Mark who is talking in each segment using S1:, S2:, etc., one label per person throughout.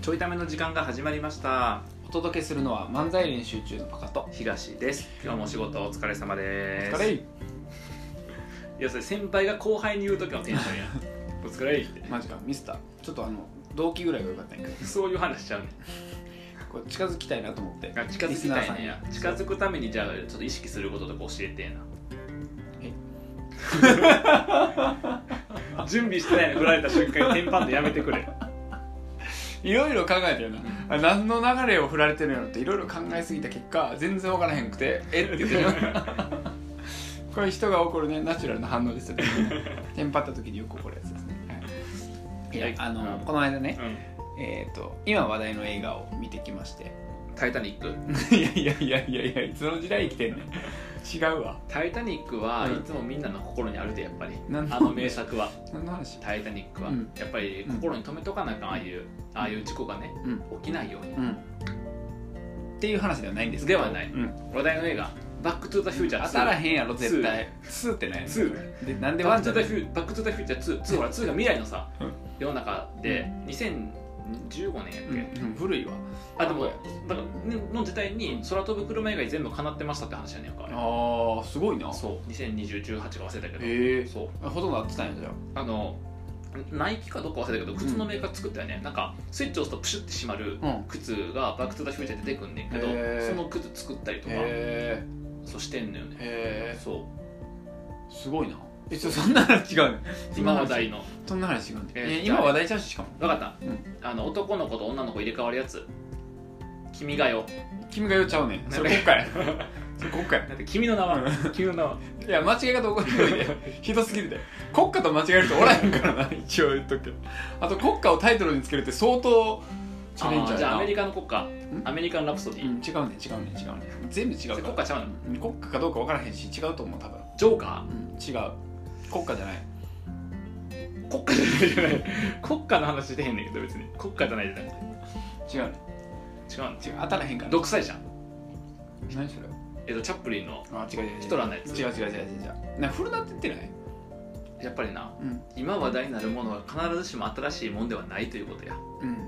S1: ちょいための時間が始まりました
S2: お届けするのは漫才練習中のパカと
S1: 東です今日もお仕事お疲れ様です
S2: 疲れ
S1: いやそれ先輩が後輩に言う時のテンシ ョンやお疲れって
S2: マジかミスターちょっとあの同期ぐらいが良かったんやけど
S1: そういう話しちゃうね
S2: これ近づきたいなと思って
S1: んあ近づき
S2: リ
S1: た
S2: スナーさ
S1: い
S2: ん
S1: ね
S2: に
S1: や近づくためにじゃあちょっと意識することとか教えてえな準備してないの振られた瞬間にテンパンでやめてくれ
S2: いろいろ考えたよなあ何の流れを振られてるのっていろいろ考えすぎた結果全然分からへんく て えって言ってるこれ人が起こるねナチュラルな反応ですよねテンパった時によく起こるやつですね、はい、いやあの、
S1: うん
S2: この間ね、
S1: う
S2: えー、と今話題の映画を見てきまして
S1: ん「タイタニック」
S2: いやいやいやいやいやいつの時代生きてんねん違うわ
S1: 「タイタニック」は
S2: うん
S1: いつもみんなの心にあるでやっぱり
S2: なんで
S1: あの名作は
S2: 何の話
S1: 「タイタニックは」
S2: うん
S1: やっぱり心に留めとかなあかんああいうああいう事故がね
S2: うん
S1: 起きないように
S2: うんっていう話ではないんですけ
S1: で
S2: ど
S1: はない
S2: うん、
S1: 話題の映画「バック・トゥ・ザ・フューチャー2」
S2: 当たらへんやろ絶対2ってない
S1: 2
S2: でなんで
S1: バッ
S2: ワ
S1: ク
S2: ン
S1: トゥーザ
S2: じゃない
S1: フューバックトゥーザフューチャー2、2ほら2が未来のさ、
S2: うん
S1: 世の中で2015年やっけ、
S2: うんうん古いわ
S1: あでも
S2: はい
S1: だからねの時代に空飛ぶ車以外全部叶ってましたって話やねんかあれ
S2: ああすごいな
S1: そう202018が忘れたけど、
S2: へえ
S1: そう
S2: ほとんど合ってたんやじゃあ
S1: あのナイキかどこか忘れたけど靴のメーカー作ったよね、なんかスイッチ押すとプシュって閉まる
S2: うん
S1: 靴がバックトゥーザフューチャーで出てくんねんけど
S2: へー
S1: その靴作ったりとか
S2: へ
S1: そうしてんのよね
S2: え
S1: そう
S2: すごいなえちょそんな話違うね
S1: 今話題の
S2: そんな話違うん
S1: えー
S2: え今話題ちゃうししかも
S1: 分かった、
S2: うん
S1: あの男の子と女の子入れ替わるやつ君がよ
S2: 君が言っちゃうねんそれ国 家やそれ国家や
S1: だって君の名は君の名はい
S2: や間違い方起こるよりでひどすぎるで国家と間違える人おらへんからな一応言っとくけどあと国家をタイトルにつけるって相当チャレンジャー
S1: じ
S2: や
S1: ゃあ
S2: な
S1: アメリカの国歌アメリカンラプソディ、
S2: うん、違うね違うね違うね全部違
S1: そうれ
S2: から
S1: 国歌ちゃうの
S2: うん国家かどうか分からへんし違うと思う多分、
S1: ジョーカ
S2: うん、違う国家じゃない
S1: ー国歌じゃないじゃない国歌の話してへんねんけど別に国歌じゃないじゃな
S2: 違うね
S1: い違うの
S2: 違う当たらへんから
S1: 独裁者
S2: 何それ
S1: えっとチャップリンの
S2: あ違う違う違う
S1: ヒトラーのやつ
S2: 違う違う違う違う違うなフルナって言ってない
S1: やっぱりな
S2: うん
S1: 今話題になるものは必ずしも新しいもんではないということや
S2: うん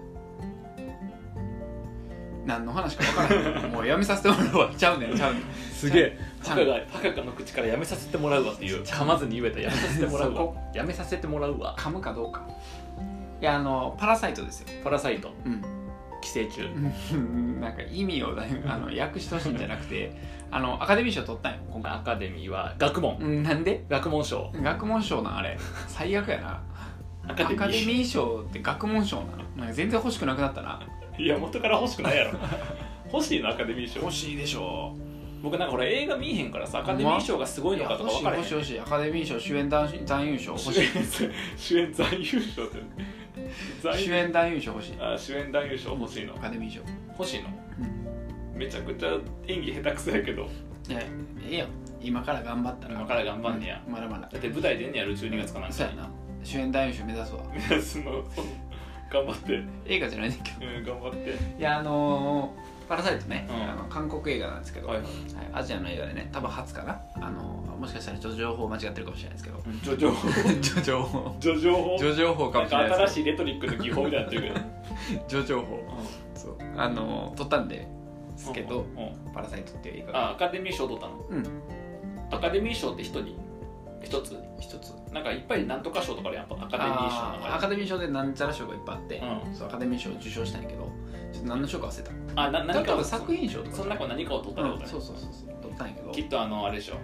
S2: 何の話か分から へんもうやめさせてもらうわちゃうねんちゃうねん
S1: す
S2: げえ
S1: パカがパカの口からやめさせてもらうわっていう噛まずに言えたやめさせてもらう
S2: そ
S1: わ
S2: こ
S1: やめさせてもらうわ
S2: 噛むかどうかいやあのパラサイトですよ
S1: パラサイト
S2: うん
S1: 寄生虫
S2: うん なんか意味をだいぶあの訳してほしいんじゃなくてあのアカデミー賞取ったんよ今回
S1: アカデミーは学問
S2: うんなんで
S1: 学問賞
S2: 学問賞なんあれ最悪やな
S1: ア
S2: ア
S1: カデミ
S2: カデ
S1: ー
S2: ミー賞って学問賞なのなんか全然欲しくなくなったない
S1: や元から欲しくないや ろ欲しいのアカデミー賞
S2: 欲しいでしょ
S1: 僕なんかほら映画見えへんからさアカデミー賞がすごいのかとか
S2: 欲
S1: 分
S2: しい
S1: からへん
S2: 欲しい欲しいアカデミー賞主演男男優賞欲しい
S1: 主演主演男優賞って男優
S2: 主演男優賞欲しい
S1: あ主演男優賞欲しいの
S2: アカデミー賞
S1: 欲しいの、めちゃくちゃ演技下手くそやけど
S2: いやええよ今から頑張ったら
S1: 今から頑張んねや
S2: うまだまだ
S1: だって舞台出んねやろ12月かなん
S2: そう
S1: か
S2: やな主演男優賞目指すわ
S1: 目指すのそう頑張って、
S2: 映画じゃないねんだけど
S1: うん、頑張って
S2: いやあのーパラサイトね、
S1: うん
S2: あの韓国映画なんですけど、
S1: はい
S2: はいアジアの映画でね多分初かなあのーもしかしたらちょっと情報間違ってるかもしれないですけ ど
S1: ジ ョジョ
S2: 情情報
S1: ジョジョ法
S2: 情情報
S1: な
S2: かも
S1: ん
S2: しれない
S1: か
S2: で
S1: 新
S2: す
S1: しいレトリックの技法みたいになってるけど
S2: けど情情報そうあのー撮ったんで
S1: です
S2: けど、
S1: うんうん
S2: パラサイトっていう映画が
S1: あアカデミー賞取ったの
S2: うん
S1: アカデミー賞って一人一つ
S2: 一つ
S1: なんかいっぱいなんとか賞とかあるやんやっぱアカデミー賞なん
S2: あア
S1: か
S2: カデミー賞でなんちゃら賞がいっぱいあって、
S1: うん
S2: そうアカデミー賞を受賞したんやけどちょっと何の賞か忘れた
S1: あな
S2: なん
S1: 何
S2: か
S1: か
S2: 多
S1: を
S2: 分作品賞とか
S1: その中を何かを取ったってこ
S2: うん
S1: と
S2: そ
S1: ね
S2: うそうそうそう撮ったんやけど
S1: きっとあのあれでしょ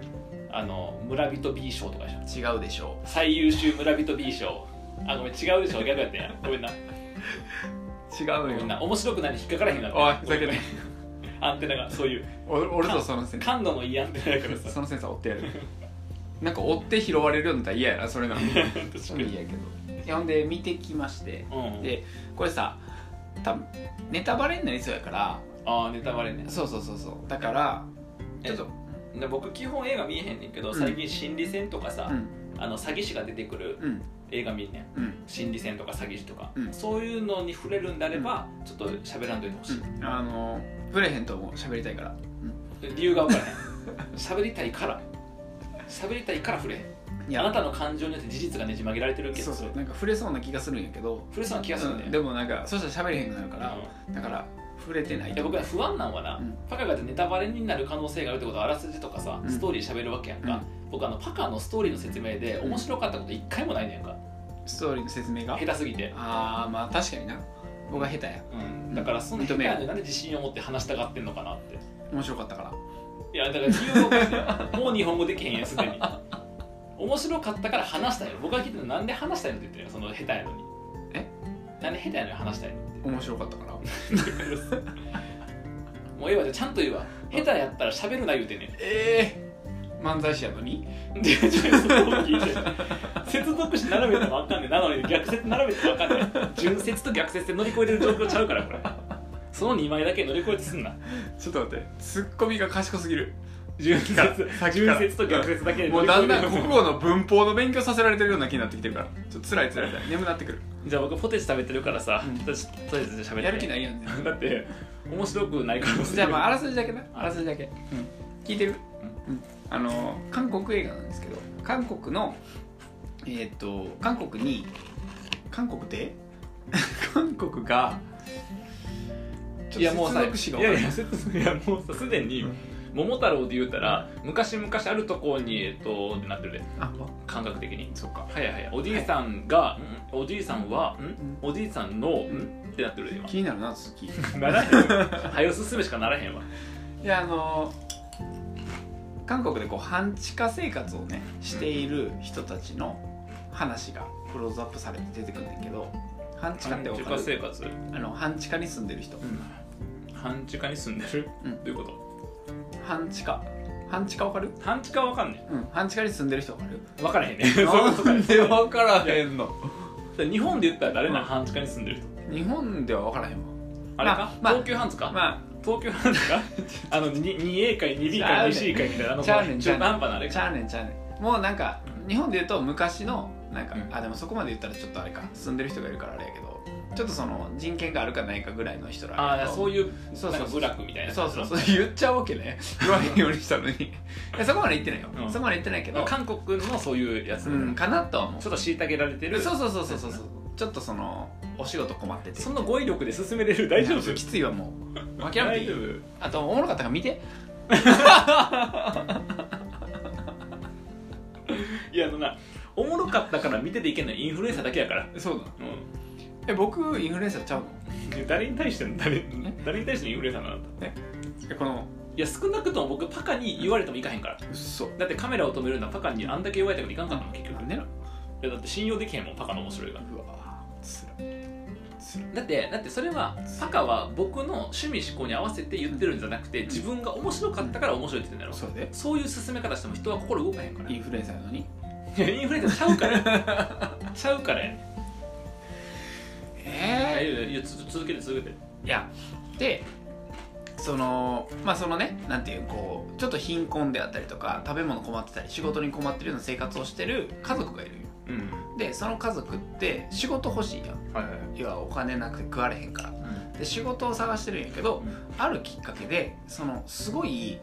S1: あの村人 B 賞とかでしょ
S2: 違うでしょ
S1: 最優秀村人 B 賞あごめん違うでしょ逆やったんやごめんな
S2: う違う
S1: ご
S2: よ
S1: めんな面白くないに引っかからへんな
S2: おいふざけて
S1: アンテナがそういう
S2: 俺俺とその先生
S1: 感度のいいアンテナやからさ
S2: そのセンサー追ってやるなんか追って拾われるようになったら嫌やなそれなの
S1: 確
S2: そ
S1: か
S2: れ
S1: に
S2: 嫌やけどいやほんで見てきまして
S1: うん
S2: でこれさ多分ネタバレになりそうやから
S1: ああネタバレね
S2: そうそうそうそうだからちょっと
S1: で僕基本映画見えへんねんけど
S2: うん
S1: 最近心理戦とかさ、
S2: うん
S1: あの詐欺師が出てくる
S2: うん
S1: 映画見んねん
S2: うん
S1: 心理戦とか詐欺師とか、
S2: うん
S1: そういうのに触れるんであれば、ちょっと喋らんといてほしい、
S2: うんあのぶれへんと思う喋りたいから
S1: 理由が分からへん喋りたいから喋りたいから触れへん
S2: い
S1: あな
S2: や
S1: たの感情によって事実がねじ曲げられてるけど
S2: そうそうなんか触れそうな気がするんやけど
S1: 古そうな気がするね、
S2: うんでもなんかそしたら喋れへんくなるから、だから触れてない
S1: いや僕は不安なんはな、
S2: うん
S1: パカがネタバレになる可能性があるってことはあらすじとかさ、
S2: うん
S1: ストーリー喋るわけやんか、
S2: うん
S1: 僕あのパカのストーリーの説明で
S2: うん
S1: 面白かったこと一回もないねんか、
S2: ストーリーの説明が
S1: 下手すぎて、
S2: ああまあ確かにな僕は下手や
S1: うん、だからその下
S2: 認
S1: 手
S2: めよう
S1: でなんで自信を持って話したがってんのかなって
S2: 面白かったから
S1: いやだから理由を聞いてもう日本語できへんやんすでに面白かったから話したいの僕が聞いてるのなんで話したいのって言ってるよその下手やのに
S2: え
S1: なんで下手やのに話したいの
S2: 面白かったから
S1: もうええわじゃあちゃんと言うわ下手やったら喋るな言うてんねん
S2: ええ漫才師やのに
S1: で、そこを聞いて 接続詞並べてもあかんねんなのに逆説並べてもあかんねん純説と逆説で乗り越えれる状況ちゃうからこれその2枚だけ乗り越えてすんな
S2: ちょっと待ってツッコミが賢すぎる純
S1: 説
S2: から
S1: 純説と逆説だけで
S2: も
S1: 乗り越
S2: うだ
S1: え
S2: ん
S1: れ
S2: だん
S1: る
S2: 国語の文法の勉強させられてるような気になってきてるからちょっと辛い辛い辛い眠なってくる
S1: じゃあ僕ポテチ食べてるからさ、
S2: うん
S1: とりあえず喋って
S2: やる気ないやんね
S1: だって面白くないから
S2: じゃあまああ
S1: あ
S2: らすじだけなあらすじだけ、聞いてる、うんあの韓国映画なんですけど韓国のえーっと韓国に韓国で 韓国が
S1: いやもうさ
S2: 接続詞が
S1: いやいや接続いやもうさすでに
S2: うん
S1: 桃太郎で言うたら昔々あるところにえっとってなってるで
S2: あ
S1: 感覚的に
S2: そうか
S1: はいはいはいおじいさんが、んおじいさんは、ん
S2: ん
S1: おじいさんの、んってなってるで
S2: 気になるな続きい
S1: 今ならへん 早進むしかならへんわ
S2: やあの韓国でこう半地下生活をねしている人たちの話がクローズアップされて出てくるんだけど半地下っ
S1: 半
S2: てわ
S1: 地
S2: か
S1: 下生
S2: る
S1: 活、
S2: あの半地下に住んでる人、
S1: 半地下に住んでる、
S2: うん
S1: どういうこと
S2: 半地下半地下わかる
S1: 半地下はわかんね
S2: うん半地下に住んでる人わかる
S1: んわからへんね そういう ことか
S2: 分から
S1: へ
S2: んの
S1: 日本で言ったら誰な
S2: うん
S1: ん半地下に住んでる人
S2: 日本では分からへんわ
S1: あれか、
S2: まあ
S1: 東急ハンズか、
S2: ま
S1: 東急ハンズ かあのに 2A 会 2B
S2: ちゃ
S1: 会
S2: うねん
S1: 2C 会みたいなあの
S2: ちゃうねん
S1: 中途半端なあれ
S2: あち
S1: か
S2: ゃうねんちゃうねんもうなんか日本で言うと昔のなんか、
S1: うん
S2: あでもそこまで言ったらちょっとあれか住んでる人がいるからあれやけどちょっとその人権があるかないかぐらいの人ら
S1: ああそう
S2: いう
S1: いう
S2: そうそうそう
S1: なんか部落みたいな
S2: そうそうそうう言っちゃうわけね言わへんようにし たのにいやそこまで言ってないよ、
S1: うん
S2: そこまで言ってないけど
S1: 韓国のそういうやつ、
S2: うんかなとは思う
S1: ちょっと虐げられてる
S2: そうそうそうそうそうそうちょっとそのお仕事困ってて
S1: その語彙力で進めれる大丈夫
S2: きついわもう諦め
S1: 大
S2: ていい
S1: 丈
S2: あとおもろかったから見て
S1: 夫いやあのなおもろかったから見てていけないインフルエンサーだけやから、
S2: そうだ
S1: う
S2: え僕インフルエンサーちゃうの
S1: ん、誰に対しての誰誰に対してのインフルエンサーなの
S2: えこの
S1: いや少なくとも僕パカに言われてもいかへんから
S2: うっそ
S1: だってカメラを止めるのはパカにあんだけ言われたからいかんかったもん結局
S2: なんでな
S1: えだって信用できへんもんパカの面白いが
S2: うわつらつら
S1: だってだってそれはパカは僕の趣味思考に合わせて言ってるんじゃなくて自分が面白かったから面白いって言ってんだろ
S2: そうで
S1: そういう進め方しても人は心動かへんから
S2: インフルエンサーなのに
S1: いやインフルエンサーちゃうから ちゃうからやねいや
S2: え
S1: いやいやつ続けて続けて
S2: いやでそのまあそのねなんていうこうちょっと貧困であったりとか食べ物困ってたり仕事に困ってるような生活をしてる家族がいるんよ
S1: うん
S2: でその家族って仕事欲しいやん
S1: はいはいはい
S2: 要はお金なくて食われへんからで仕事を探してるんやけどあるきっかけでそのすごい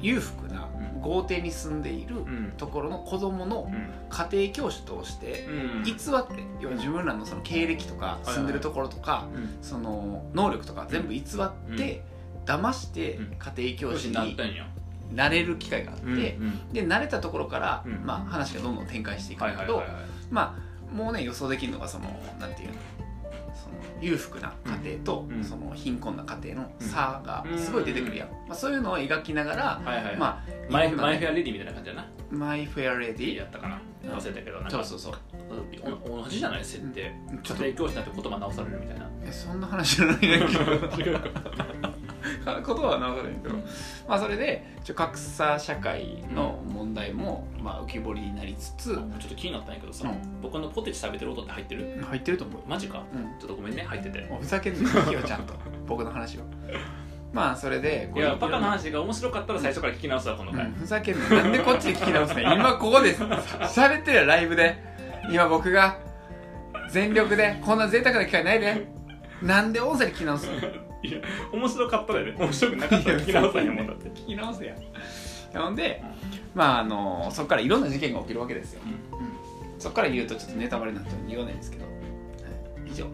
S2: 裕福な
S1: うん
S2: 豪邸に住んでいる
S1: うん
S2: ところの子供の家庭教師として
S1: うん
S2: 偽って要は自分らのその経歴とか
S1: いはい
S2: 住んでるところとか
S1: うん
S2: その能力とか全部偽って騙して
S1: うん
S2: 家庭教師
S1: なっ
S2: に
S1: たんや
S2: なれる機会があっ
S1: うん
S2: て
S1: うん
S2: で慣れたところから
S1: うん
S2: まあ話がどんどん展開していくん
S1: はい
S2: だ
S1: は
S2: け
S1: いは
S2: ど
S1: いはい
S2: まあもうね予想できるのがそのなんていうのその裕福な家庭と、
S1: うん
S2: その貧困な家庭の差がすごい出てくるやん、まあ、そういうのを描きながら、
S1: はいはい
S2: まあ
S1: マイ
S2: 日本の
S1: マイフェアレディみたいな感じだな
S2: マイフェアレディ
S1: やったかな
S2: うん
S1: 忘れたけどなん
S2: そ
S1: か
S2: うそうそう
S1: お同じじゃない設定
S2: ちょっと
S1: 家庭教師なんて言葉直されるみたいな
S2: えそんな話じゃないねんだけ ど
S1: 違うか
S2: 言葉は直さないけど、まあ、それでちょ格差社会の問題も、まあ、浮き彫りになりつつ、
S1: ちょっと気になったんやけど
S2: う
S1: さ僕のポテチ食べてる音って入ってる
S2: ん入ってると思うよ
S1: マジか
S2: うん
S1: ちょっとごめんね入ってて
S2: おふざけん なよちゃんと僕の話をまあそれで
S1: い
S2: こう
S1: やパカの話が面白かったら最初から聞き直すわこの
S2: う
S1: 回
S2: ん、ふざけんななんでこっちで聞き直 すねん今ここです喋ってるよライブで今僕が全力でこんな贅沢な機会ないでなんで音声で聞き直すの
S1: いや面白かったらやで面白くなかったら聞き直さへんもんだって
S2: 聞き直すやんったので、まあ、あのそこからいろんな事件が起きるわけですよ、
S1: う
S2: そこから言うとちょっとネタバレになっちゃうんで言わないんですけど、はい以上
S1: ん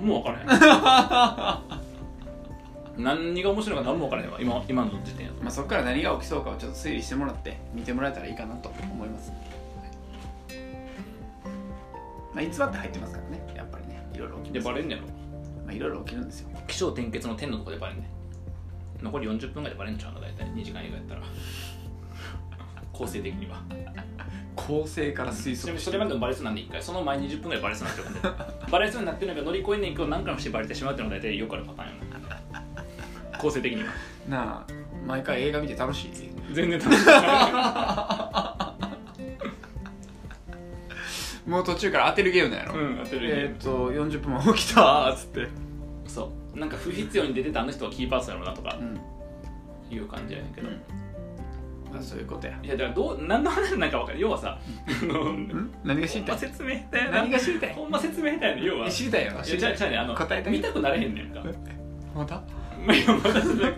S1: 何も分からへん何が面白いのか何も分からへんわ今今の時点やと
S2: まあ、そこから何が起きそうかをちょっと推理してもらって見てもらえたらいいかなと思います、はいまあ、偽って入ってますからねやっぱりねいろいろ起き
S1: で
S2: る
S1: バレんねやろ
S2: まあ、いろいろ起きるんですよ
S1: 起承転結の点のとこでバレんね残り40分ぐらいでバレんちゃうの大体2時間以外やったら構成的には
S2: 構成から推
S1: ちなみ
S2: 測
S1: に
S2: して
S1: それまでもバレそうなんで1回その前20分ぐらいバレそうにな ってるんでバレそうになってるのが乗り越えんねんけど何回もしてバレてしまうっていうのが大体よくあるパターンやな構成的には
S2: なあ毎回映画見て楽しい
S1: 全然楽しく ない
S2: もう途中から当てるゲームなんやろ、
S1: うん当てるゲーム
S2: えーっと40分も起きたーっつって
S1: そうなんか不必要に出てたあの人はキーパーソンやろうなとか
S2: うん、
S1: いう感じやねんけど、
S2: うんまあ、そういうことや
S1: いやだからどう何の話なんか分かる要はさあのほん
S2: ん何が知りた
S1: ま
S2: い
S1: 説明だよな
S2: 何が知りたい
S1: ほんま説明下手やねん要は
S2: 知りたいよ
S1: いやじゃあじゃあねあの
S2: 答えたい
S1: 見たくなれへんねんか
S2: えまた
S1: まあ いやまだじゃなくてごめん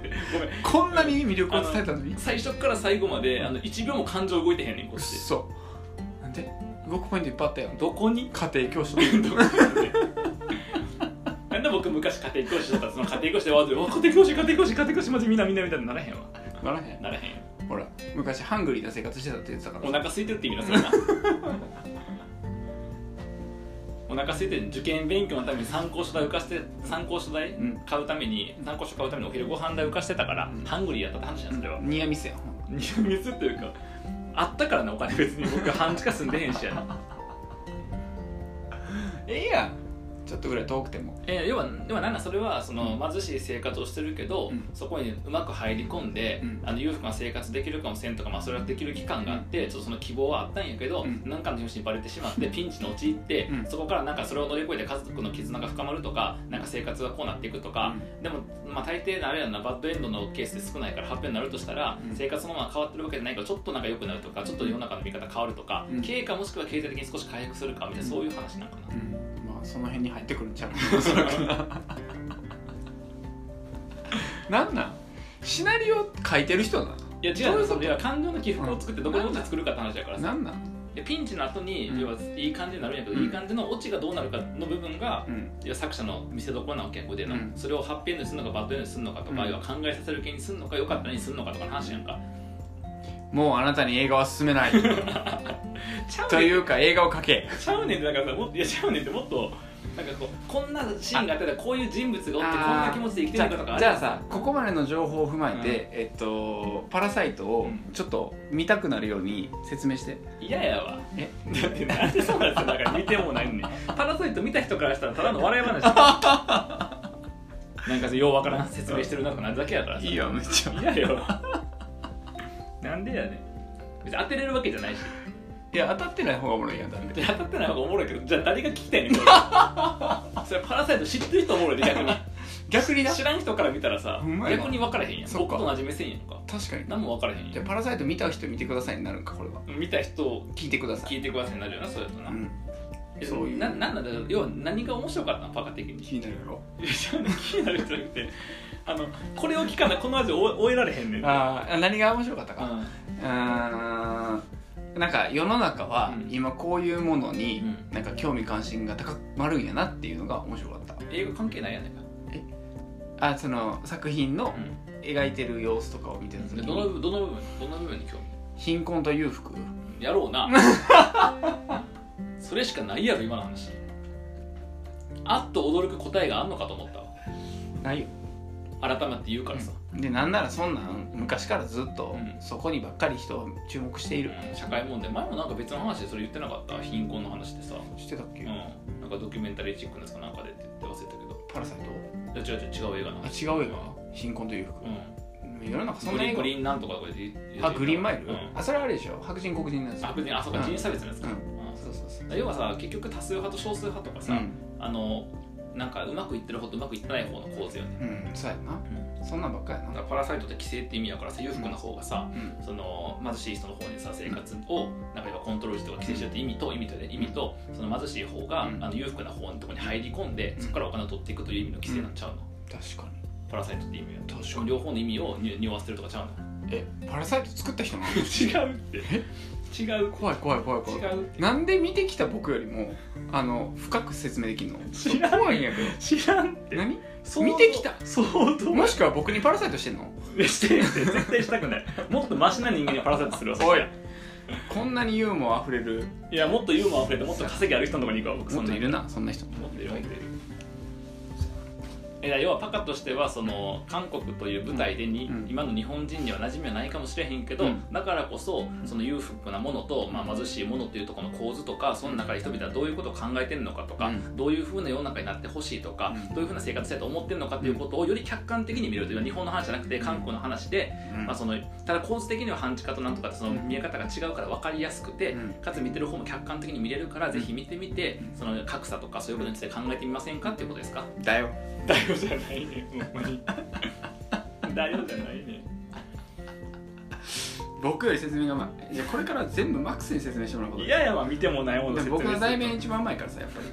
S2: こんなに魅力を伝えたのに
S1: 最初から最後まであの1秒も感情動いてへんねんこっ
S2: うっ
S1: ち
S2: そなんで動くポイントいっぱいあったよ
S1: どこに
S2: 家庭教師
S1: どこになんで僕昔家庭教師だったらその家庭教師でわざわざ家庭教師家庭教師家庭教師マジみんなみんなみたいにならへんわ
S2: ならへん
S1: ならへんよ
S2: ほら昔ハングリーな生活してたって言ってたか
S1: お
S2: ら
S1: 腹空いてるって意味だそれ なお腹空いてる受験勉強のために参考書代浮かして参考書代
S2: うん
S1: 買うために参考書買うためにお昼ご飯代浮かしてたから、
S2: うん
S1: ハングリーやったって話やんそれは、
S2: ニアミスやん
S1: 入密というかあったからなお金別に僕半地下住んでへんしやな
S2: ええやんちょっとぐらい遠くても
S1: えー要は要はなんだそれはその
S2: う
S1: 貧しい生活をしてるけど、
S2: うん
S1: そこにうまく入り込んで、
S2: うん
S1: あの裕福な生活できるかもせんとか、まあ、それはできる期間があって、ちょっとその希望はあったんやけど、
S2: うん
S1: なんかの表紙にバレてしまってピンチに陥って、
S2: うん
S1: そこからなんかそれを乗り越えて家族の絆が深まるとかなんか生活がこうなっていくとか、でも、まあ、大抵のあれやなバッドエンドのケースで少ないから発表になるとしたら、
S2: うん
S1: 生活のまま変わってるわけじゃないけどちょっとなんか良くなるとかちょっと世の中の見方変わるとか、
S2: うん
S1: 経過もしくは経済的に少し回復するかみたいなそういう話なんかな、
S2: うんまあその辺に入ってくるんちゃうおそらくななんなんシナリオ書いてる人ない
S1: や違
S2: ど
S1: うよ
S2: ういうこと
S1: それは感情の起伏を作ってどこに落ち作るかって話だから
S2: の
S1: さ
S2: なんなん
S1: でピンチの後に、
S2: うん
S1: 要はいい感じになるんやけど、
S2: うん
S1: いい感じのオチがどうなるかの部分が
S2: う、ん
S1: いや作者の見せどころなわけやこれでの、
S2: うん
S1: それをハッピーエンドにするのかバッドエンドにするのかとか、
S2: うん
S1: 要は考えさせる系にするのか良かったのにするのかとかの話やんか、
S2: もうあなたに映画は進めない
S1: ちゃう
S2: と
S1: ねん
S2: いうか映画を描け
S1: ちゃうねんってだからさもっといやちゃうねんってもっとなんかこうこんなシーンがあってたらこういう人物がおってこんな気持ちで生きて
S2: じ
S1: る
S2: ゃ
S1: のかとか
S2: あ
S1: あ
S2: じ
S1: る
S2: ゃあさここまでの情報を踏まえ
S1: うん
S2: て、えっと「パラサイト」をちょっと見たくなるように説明して
S1: 嫌やわ
S2: え
S1: だってなんでそうなんですよだから見てもないのにパラサイト見た人からしたらただの笑い 話なんかさようわからん説明してるなとかなるだけやからさ
S2: いいよめっちゃ
S1: 嫌よなんでやねん別に当てれるわけじゃないし
S2: いや当たってない方がおもろいやんだって
S1: で当たってない方がおもろいけどじゃあ誰が聞きたいねん これそれパラサイト知ってる人おもろいで逆に
S2: 逆にな
S1: 知らん人から見たらさ
S2: ほんまやな
S1: 逆に分からへんやん
S2: そっ
S1: 僕
S2: か
S1: と同じ目線やんか
S2: 確かにな
S1: 何も分からへん
S2: じ
S1: や
S2: ゃあ「パラサイト」見た人見てくださいになるんかこれは
S1: ん見た人を
S2: 聞いてください
S1: 聞いてくださいになるよなそうやとな、
S2: うん
S1: え
S2: そういう
S1: ななんなんだろう要は何が面白かったのパカ的に
S2: 気になるやろ
S1: いや違うね気になる人じゃなくて あのこれを聞かないこの味を終え終えられへんねんあ
S2: あー何が面白かったかうーんなんか世の中は
S1: うん
S2: 今こういうものに
S1: うん
S2: なんか興味関心が高まるんやなっていうのが面白かった
S1: 英語関係ないやないか、
S2: あその作品の
S1: う
S2: 描いてる様子とかを見てた時
S1: ん、で
S2: に
S1: どの部分どの部分どの部分に興
S2: 貧困と裕福
S1: 味やろうな それしかないやろ今の話あっと驚く答えがあんのかと思った
S2: ないよ
S1: わ改めて言うからさ、
S2: でなんならそんなん昔からずっ
S1: う
S2: と
S1: ん
S2: そこにばっかり人は注目している、
S1: うん社会問題前もなんか別の話でそれ言ってなかった貧困の話でさ、
S2: 知ってたっけ、
S1: うん、なんかドキュメンタリーチックのやつかなんかでって言って忘れたけど
S2: パラサイト
S1: いや違う違う違う映画の
S2: あ
S1: 話
S2: 違う映画貧困と裕福、
S1: う
S2: 世の中そ
S1: ん
S2: ん
S1: グ
S2: な
S1: リー
S2: 映
S1: ン
S2: 画
S1: グリーンなんとかとかで言
S2: あグリーンマイル、
S1: うん、
S2: あそれあれでしょ白人黒人のやつ
S1: あ別にあそうか
S2: うん
S1: 人種差別のやつか、
S2: うん
S1: うん
S2: そうそうそう
S1: 要はさ結局多数派と少数派とか
S2: う
S1: さ、
S2: ん、
S1: あのなんかうまくいってる方とうまくいってない方の構図よね、
S2: うん、そうやなそんなんばっかや
S1: だ
S2: な
S1: からパラサイトって規制って意味だからさ裕福な方がさ、
S2: うん
S1: その貧しい人の方にさ生活をなんかやっぱコントロールしてとか規制してるって意味と意味とで意味とその貧しい方が、
S2: うん
S1: あの裕福な方のとこに入り込んで
S2: うん
S1: そこからお金を取っていくという意味の規制なんちゃうの、
S2: 確か
S1: パラサイトって意味は
S2: に確
S1: 両方の意味をに匂わせてるとかちゃうの
S2: にえパラサイト作った人なの
S1: 違うって違う
S2: 怖い怖い怖い怖い
S1: 違うって
S2: なんで見てきた僕よりもあの深く説明できるの
S1: 知らん
S2: 怖いんやけ
S1: 知らんっ
S2: ど
S1: て
S2: 何
S1: 想像
S2: 見てきた
S1: 想像
S2: もしくは僕にパラサイトしてんの
S1: してるって絶対したくないもっとマシな人間にパラサイトするわ
S2: おいこんなにユーモアあふれる
S1: いやもっとユーモア溢れてもっと稼ぎある人のとこに行くわ僕
S2: も
S1: そ
S2: っ
S1: ん
S2: と
S1: ない
S2: るなそんな人
S1: もっといるもっといるえだから要はパカとしてはその韓国という舞台でに、
S2: うん
S1: 今の日本人には馴染みはないかもしれへんけど、
S2: うん
S1: だからこそその裕福なものと、まあ、貧しいものというところの構図とかその中で人々はどういうことを考えてるのかとか、
S2: うん
S1: どういうふうな世の中になってほしいとか、
S2: うん
S1: どういうふうな生活したいと思ってるのかということをより客観的に見るという日本の話じゃなくて韓国の話で
S2: うん
S1: まあ、そのただ構図的には半地下となんとかってその見え方が違うから分かりやすくて、
S2: うん
S1: かつ見てる方も客観的に見れるからぜひ見てみて
S2: うん
S1: その格差とかそういうことについて考えてみませんかっていうことですか
S2: だよ
S1: だよじゃないねほんまにだよじゃないね
S2: 僕より説明がうまいいやこれから全部マックスに説明してもらうこと
S1: いやわ見てもないも
S2: でも僕の題名
S1: る
S2: 一番うまいからさやっぱり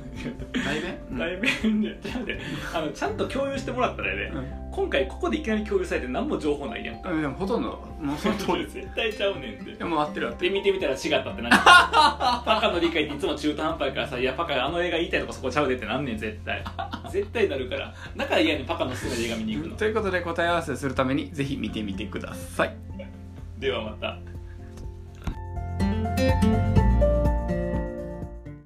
S2: 題名、うん
S1: 題名でちゃうであのちゃんと共有してもらったらね今回ここでいきなり共有されて何も情報ないやん
S2: うん、でもほとんどもうその通りです
S1: 絶対ちゃうねんって
S2: でも合ってる合って
S1: で
S2: る
S1: 見てみたら違ったってなるパカの理解っていつも中途半端やからさ「いやパカあの映画言いたいとこそこちゃうで」ってなんねん絶対絶対なるからだから嫌にパカの好きな映画見に行くの
S2: ということで答え合わせするためにぜひ見てみてください
S1: ではまた